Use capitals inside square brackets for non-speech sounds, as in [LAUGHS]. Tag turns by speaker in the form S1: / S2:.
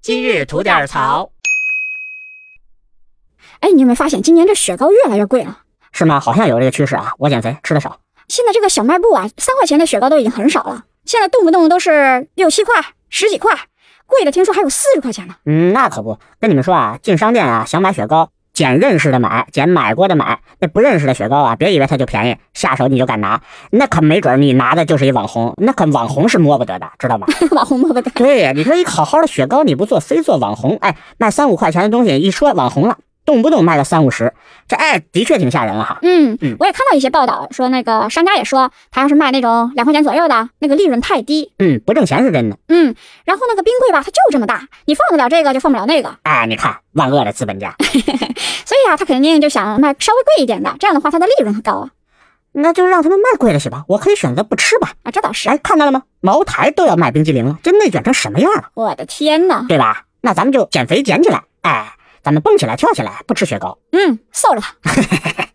S1: 今日吐点槽，
S2: 哎，你有没有发现今年这雪糕越来越贵了？
S1: 是吗？好像有这个趋势啊！我减肥吃的少，
S2: 现在这个小卖部啊，三块钱的雪糕都已经很少了，现在动不动都是六七块、十几块，贵的听说还有四十块钱呢。 [LAUGHS]
S1: 嗯，那可不跟你们说啊，进商店啊，想买雪糕，捡认识的买，捡买过的买，那不认识的雪糕啊，别以为它就便宜，下手你就敢拿，那可没准你拿的就是一网红，那可网红是摸不得的，知道 [LAUGHS] 吗？
S2: 网红摸不得，
S1: 对呀，你说一好好的雪糕你不做，非做网红，哎，卖三五块钱的东西一说网红了，动不动卖个三五十，这哎的确挺吓人了哈。
S2: 嗯
S1: 嗯，
S2: 我也看到一些报道说，那个商家也说，他要是卖那种两块钱左右的，那个利润太低。
S1: 嗯，不挣钱是真的。
S2: 嗯，然后那个冰柜吧，它就这么大，你放得了这个就放不了那个，
S1: 哎，你看万恶的资本 [LAUGHS] 家，
S2: 所以啊，他肯定就想卖稍微贵一点的，这样的话它的利润高啊。
S1: 那就让他们卖贵了去吧，我可以选择不吃吧。
S2: 啊，这倒是，
S1: 哎，看到了吗？茅台都要卖冰激凌了，这内卷成什么样了，
S2: 我的天呐，
S1: 对吧？那咱们就减肥减起来，哎，咱们蹦起来跳起来，不吃雪糕。
S2: 嗯，瘦了它。